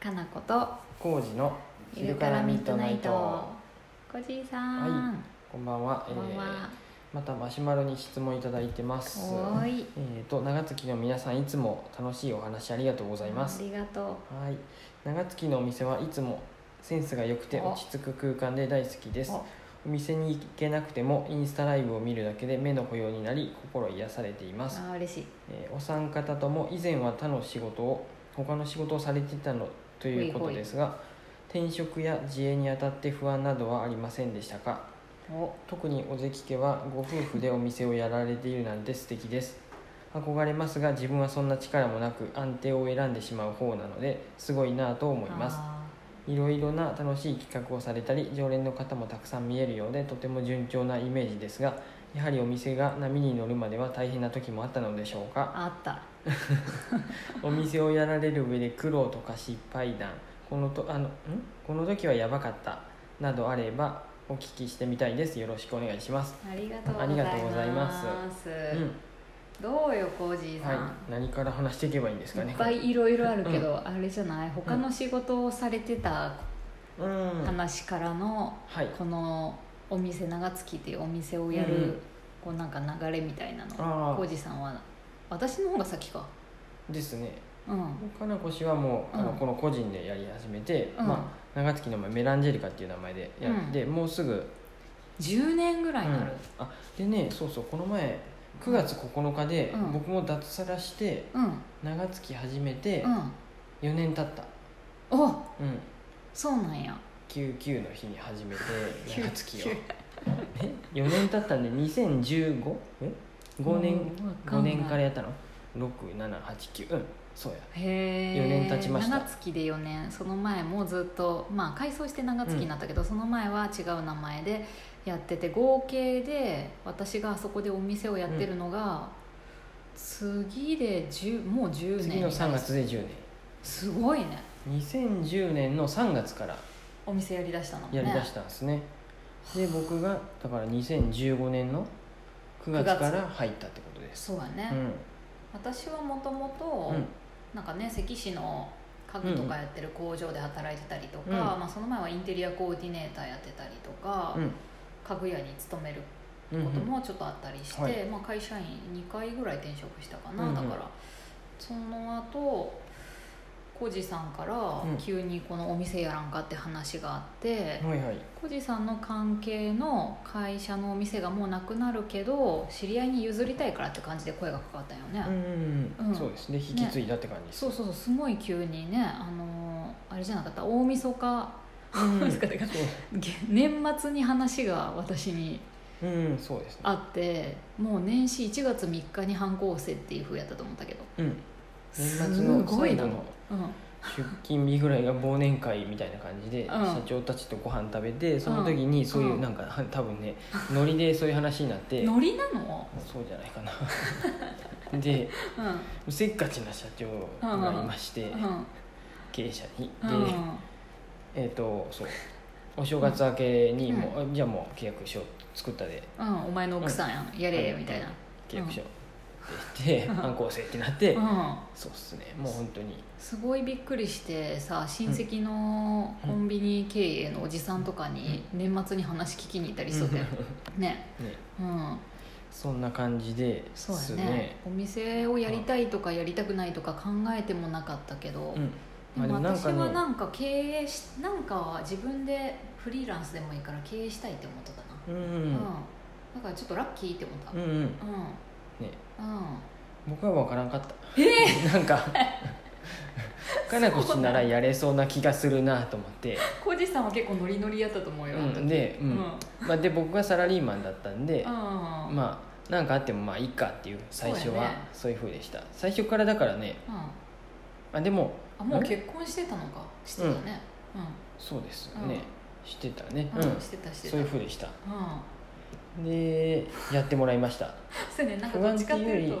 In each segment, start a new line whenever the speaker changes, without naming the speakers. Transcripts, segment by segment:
かなこと
工事の昼からミッドナイト。
こじいさん。
こんばんは、
こんばんは。
えーまたマシュマロに質問いただいてます
おーい。
えー、と長月の皆さんいつも楽しいお話ありがとうございます
ありがと
はい長月のお店はいつもセンスが良くて
お
落ち着く空間で大好きです
お
お店に行けなくてもインスタライブを見るだけで目の保養になり心癒されていま
う。
す、
あ、嬉しい。
えーお三方とも以前は他の仕事を他の仕事をされていたのということですが転職や自営にあたって不安などはありませんでしたか
お、
特に尾関家はご夫婦でお店をやられているなんて素敵です憧れますが自分はそんな力もなく安定を選んでしまう方なのですごいなぁと思います
あ
いろいろな楽しい企画をされたり常連の方もたくさん見えるようでとても順調なイメージですがやはりお店が波に乗るまでは大変な時もあったのでしょうか
ー。あった。
お店をやられる上で苦労とか失敗談このとあのんこの時はやばかったなどあればお聞きしてみたいですよろしくお願いします
ありがとう
ありがとう
ご
ご
ざ
ざ
い
い
ま
ますす。う
どうよ、こじい
ん
さん。
はい何から話していけばいいんですか
い
ね
っぱいいろいろあるけど、あれじゃない他の仕事をされてた
うん
話からの、
はい
このお店長月っていうお店をやる、
うん
こうなんか流れみたいなの
あ
浩二さんは私の方が先か
あですね
うん
金越はもうあの
うん
この個人でやり始めて、
うん
まあ長月の前メランジェリカっていう名前でやって、もうすぐ、
10年ぐらいになる
うんあでねそうそうこの前9月9日で、
うん
僕も脱サラして
うん
長月始めて
うん、
4年経った、
お
うん、
そうなんや
99の日に始めて
99
長月をえ4年経ったんで 2015? え5年
もうわか
5
んない
年からやったの6789うんそうや
へ
四年経ちました
長月で4年その前もずっとまあ改装して長月になったけど、その前は違う名前でやってて合計で私があそこでお店をやってるのが、次で10もう10年
次の3月で10
すごいね
年2010年の3月から
お店やりだしたのもね
やりだしたんですねで僕がだから2015年の9月から入ったってことです
そうやね、
う
私はもともと
んうん
なんかね関市の家具とかやってる工場で働いてたりとか、
うん
まあ、その前はインテリアコーディネーターやってたりとか、
うん
家具屋に勤める
うん
こともちょっとあったりして、
はい
まあ、会社員2回ぐらい転職したかな、
うんうん
だからその後コジさんから
うん
急にこのお店やらんかって話があって、
はいはい
コジさんの関係の会社のお店がもうなくなるけど知り合いに譲りたいからって感じで声がかかったよね、
うんうんうん
うん
そうですね引き継いだって感じです
そうそうそうすごい急にねあのーあれじゃなかった大晦日
うん
そうですか
そう
げ年末に話が私に
うんそうですね
あってもう年始1月3日に反抗生っていうふうやったと思ったけど
うん年末
す
の
ごい
最
な
後
の
の
うん
出勤日ぐらいが忘年会みたいな感じで、
ん
社長たちとご飯食べてその時にそういううんなんか、 多分ねノリでそういう話になって
ノリな の
そうじゃない かなで
うんうん
せっかちな社長がいまして、経営者に、
うん
でえっ、とそうお正月明けにもう、あじゃあもう契約書作ったで
うんお前の奥さんやんやれ
うん
みたいな
契約書って言って、
うん
反抗生ってなって、
うん
そうっすねもう本当に
すごいびっくりしてさ親戚のコンビニ経営のおじさんとかに年末に話聞きに行ったりしそうだよね
ね
うん
そんな感じで
そう
す
やね
ね
お店をやりたいとかやりたくないとか考えてもなかったけど、
うんまあ
で
で
も
もなん
私
かね
はなんか経営しなんか自分でフリーランスでもいいから経営したいって思ってたな、
うん
うんだからちょっとラッキーって思った
うんうん
うんうん、
ね僕は分からんかった
え
なんか かなこしならやれそうな気がするなと思って、
浩二さんは結構ノリノリやったと思うよ、あの
う
時
ん、で,、う
うんん
まあ、で僕がサラリーマンだったんで、
うん
まあなんかあってもまあいいかっていう最初
そうや
は
ね
そういうふうでした、最初からだからね
うんあ
あでも
もう結婚してたのかしてたね
そうですよね、してたね、
うん、
うん
うんしてたしてた
そういう
う
ふうでした
ん
でやってもらいました
そうやねなんかどっちかっていうと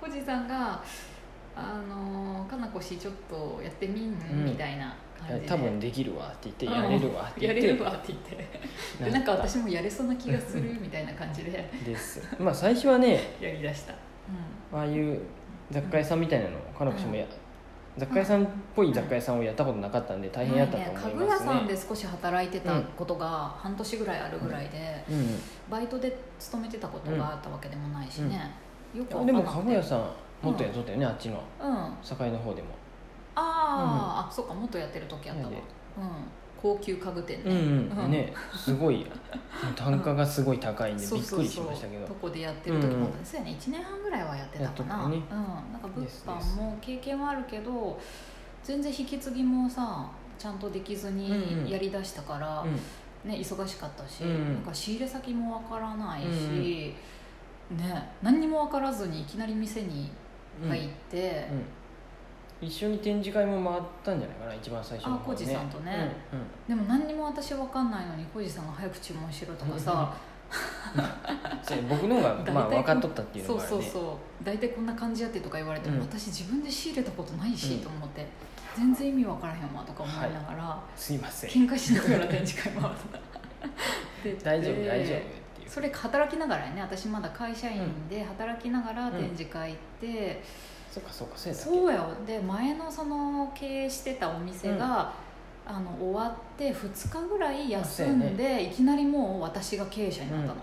不う
コ
ん
ジ、うん、浩二さんが「あのーかなこしちょっとやってみん?
ん
みたいな感じで
多分できるわって言
う
っ
ん
てやれるわって
や
言って
れるわって言ってでなんか私もやれそうな気がするみたいな感じで
ですまあ最初はね
やりだした、
ああいう雑貨屋さんみたいなのを彼女もや、雑貨屋さんっぽい雑貨屋さんをやったことなかったんで大変やったと思いますね,、
家具屋さんで少し働いてたことが半年ぐらいあるぐらいで、バイトで勤めてたことがあったわけでもないしね、よく
う
わ
ん、
か
で
んな
も
くて
家具屋さんもっと雇ったよね、あっちの
うんあ
境の方でも
あー、あそっかもっとやってる時やったわ、う
なん
ん
で、
高級家具店
うん
ね、
うんねすごい単価がすごい高いんで
そ
び
う
っ
そ
く
う
りし
そう
ましたけど
どこでやってる時もあっ
うん
たそうやね1年半ぐらいはやってたか
やっ
な
とったね
うん、なんか物
ですです
販も経験はあるけど全然引き継ぎもさちゃんとできず
うんうん
にやりだしたから、ね、忙しかったし、
うん
なんか仕入れ先もわからない
うん
し、ね、何にもわからずにいきなり店に
うん
入って、
うん一緒に展示会も回ったんじゃないかな一番最初の方、ね、
あ浩二さんとね
うんうん
でも何にも私わかんないのに浩二さんが早く注文しろとかさ、
そう僕の方
大
が
体
まあ分かっとったっていう
そ
の
う
があ
そ
る
う
ね
そう大体こんな感じやってとか言われても、
うん
私自分で仕入れたことないし、
うん
と思って全然意味わからへんわとか思いながら、
すいません
喧嘩しながら展示会回った
大丈夫
で
大丈夫っていう
それ働きながらやね私まだ会社員で働きながら展示会行って、
そうかそうかそうやったっけ
そうやで前のその経営してたお店が、あの終わって2日ぐらい休
あ
ん
そ
で、いきなりもう私が経営者になったの、
うん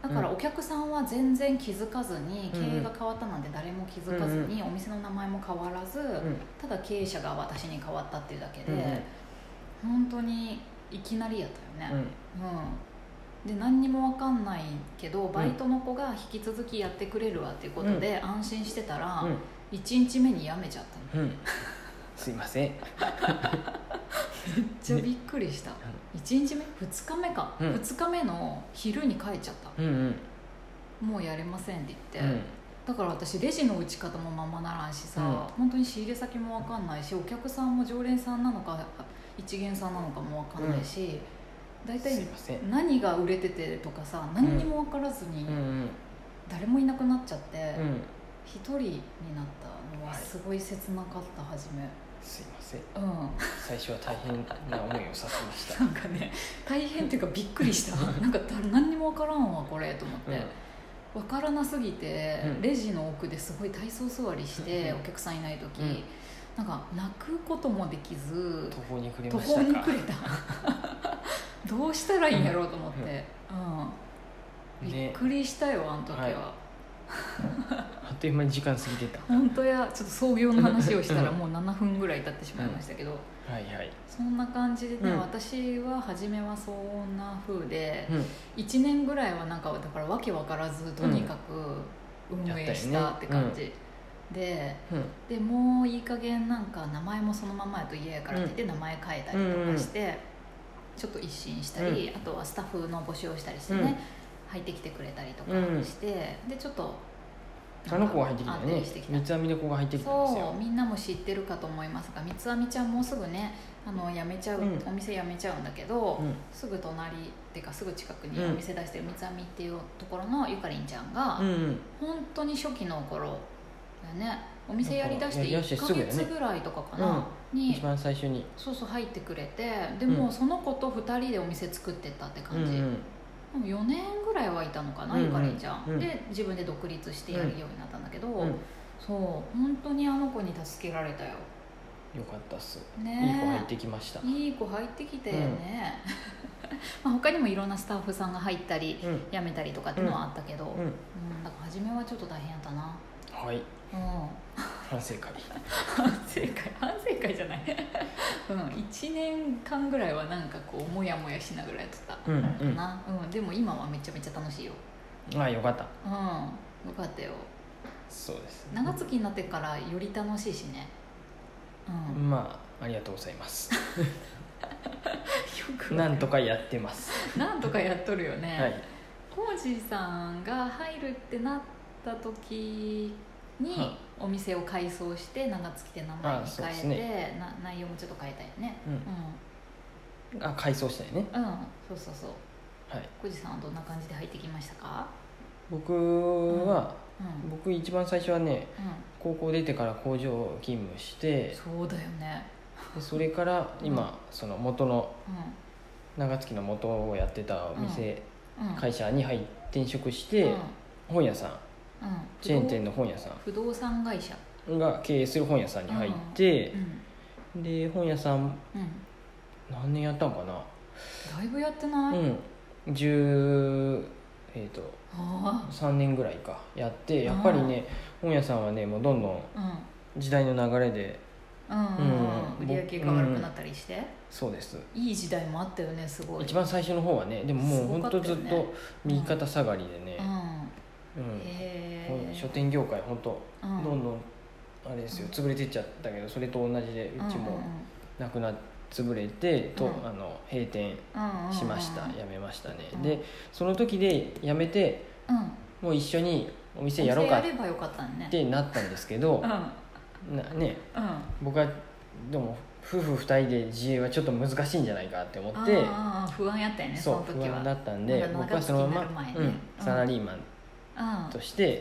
だからお客さんは全然気づかずに、
うんうん
経営が変わったなんて誰も気づかずに、お店の名前も変わらず、ただ経営者が私に変わったっていうだけ
うん
で、本当にいきなりやったよ
うん
ね、うんで何にも分かんないけどバイトの子が引き続きやってくれるわっていうことで、安心してたら、1日目に辞めちゃったの
うん うんすいません
めっちゃびっくりした、1日目2日目か、
うん
2日目の昼に帰っちゃった
うんうん
もうやれませんって
う
言って、
ん
だから私レジの打ち方もままならんしさ、
うん
本当に仕入れ先もわかんないしお客さんも常連さんなのか一元さんなのかもわかんないし、大
すい
体
ません
何が売れててとかさ何にも分からずに
うんうん
誰もいなくなっちゃって
うん
一、人になったのはすごい切なかった初め
すいません
うん
最初は大変な思いをさせました
なんかね大変っていうかびっくりしたなんかだ何にも分からんわこれと思って、分からなすぎて、
うん
レジの奥ですごい体操座りして、
うん
お客さんいない時、
うん
なんか泣くこともできず
途方に暮れ
途
ました
方
か
に暮れた どうしたらいいんやろうと思って、うんびっ
ね
くりしたよあの時は、
はいあっという間に時間過ぎてた
本当やちょっと創業の話をしたらもう7分ぐらい経ってしまいましたけど、
はいはい
そんな感じでね、
うん
私は初めはそんな風で、
うん
1年ぐらいはなんかだからわけわからずとにかく運営したって感じ、で
うん
でもういい加減なんか名前もそのままやと嫌やからって言って名前変えたりとかして、ちょっと一新したり、あとはスタッフの募集をしたりしてね、
うん
入ってきてくれたりとか
うん
して、でちょっと
あの子が入ってきた
安
ね
定してきた
三つ編みの子が入ってきたんです
そ
よ
うみんなも知ってるかと思いますが三つ編みちゃんもうすぐねあの辞めちゃう、
うん
お店辞めちゃうんだけど、
うん
すぐ隣っていうかすぐ近くに
うん
お店出してる三つ編みっていうところのゆかりんちゃんが、
うんうん
本当に初期の頃だよねお店やりだして
やりだして
1
す
か
ぐやね
月ぐらいとかかな、
一
に
番最初に
そうそう入ってくれてで
うん
もうその子と2人でお店作ってったって感じ、
うん
もう4年ぐらいはいたのかな、
うんうん
ゆかりんちゃん、
うん
で自分で独立してやるようになったんだけど、
うんうん
そう本当にあの子に助けられたよ
よかったっすいい子入
ね
ってきましたうん
いい子入ってきてね、 まあ他にもいろんなスタッフさんが入ったり辞めたりとかっていうのはあったけど、うん
うん
だから初めはちょっと大変やったな
はい
うん
反省会
反省会反省会じゃない うん1年間ぐらいはなんかこうモヤモヤしながらやってたか
うん
な、うん、でも今はめちゃめちゃ楽しいよ
うんあよかった
うんよかったよ
そうです
長月になってからより楽しいしねうん、よ
まあありがとうございます
くわか
な
る
んとかやってます
なんとかやっとるよね、
はい
コージーさんが入るってなった時
はい
にお店を改装して長月で名前
あ
に
そうです
変えて、な内容もちょっと変えたよね
うん
う
あ改装したよね
ん、うん、そうそうそう
はい
コージーさんはどんな感じで入ってきましたか
僕は
うん、うん、
僕一番最初はね高校出てから工場勤務して
そうだよね
でそれから今その元の
う
長月の元をやってたお店
んうん
会社に入転職し
うん
て本屋さん
うん
チェーン店の本屋さん
不動産会社
が経営する本屋さんに入って
う、ん
で本屋さん
うん
何年やったんかな、
だいぶやってない、
うん10えっ、と
あ
3年ぐらいかやってやっぱりね本屋さんはねもうどんどん
あ
時代の流れで
うんうんうん、
う
うんん、売り上げが悪くなったりして、
そうです
いい時代もあったよねすごい
一番最初の方はねでももうほんとずっ
すごかったよ
と
ね
右肩下がりでね
う、ん
うん
へ
こう
え
書店業界ほんと
ど
どんどんあれですよ潰れてっちゃったけどそれと同じでうちもなくなっ潰れてと、
うん
あの閉店しました、
うんうん
辞めましたね、
うん
でその時で辞めて
うんうん、
もう一緒にお店やろうか
お
っ
店やればよかったね
てなったんですけど
うん、うん、
なね僕はでも夫婦2人で自営はちょっと難しいんじゃないかって思って
あー不安やったよねそ
そ
の
う
時
不
は
安だったんで、
まだ
僕はそのま
長
ま、
月になる前
う
ね
ん、
うん
サラリーマン
うん
として、
うん
え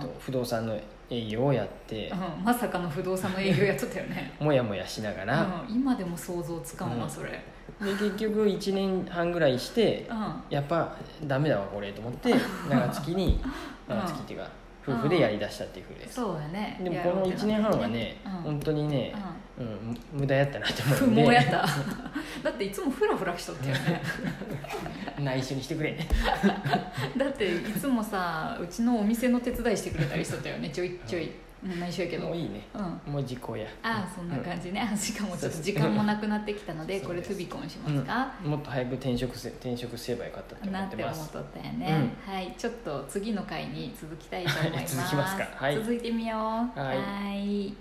っと不動産の営業をやって、
うんまさかの不動産の営業やっとったよね
もやもやしながら、
うん、今でも想像つかんわ
うん
それ
で結局1年半ぐらいして
うん、うん
やっぱダメだわこれと思って長月に
うん
長月っていうか夫婦でやりだしたっていうふうです、
そうやね
でもこの1年半はね、
うん
本当にね、うん無駄やったなと
不
思うん
毛や
で
っただっていつもフラフラしとったよね
内緒にして くれ
だっていつもさうちのお店の手伝いしてくれたりしとったよねちょいちょい、うん、内緒やけど
も
う
うんいいね
あ
もう時効や
あそんな
じ、
感じね、あしかもちょっと時間もなくなってきたので
そう
これ
です
トゥビコンしますか、
うんもっと早く転職せ転職すればよかったって思
な
っ
ってて
ま
思っ
す
とったよね、はいちょっと次の回に続きたいと思います
続きますかはい
続いてみよう
はい
い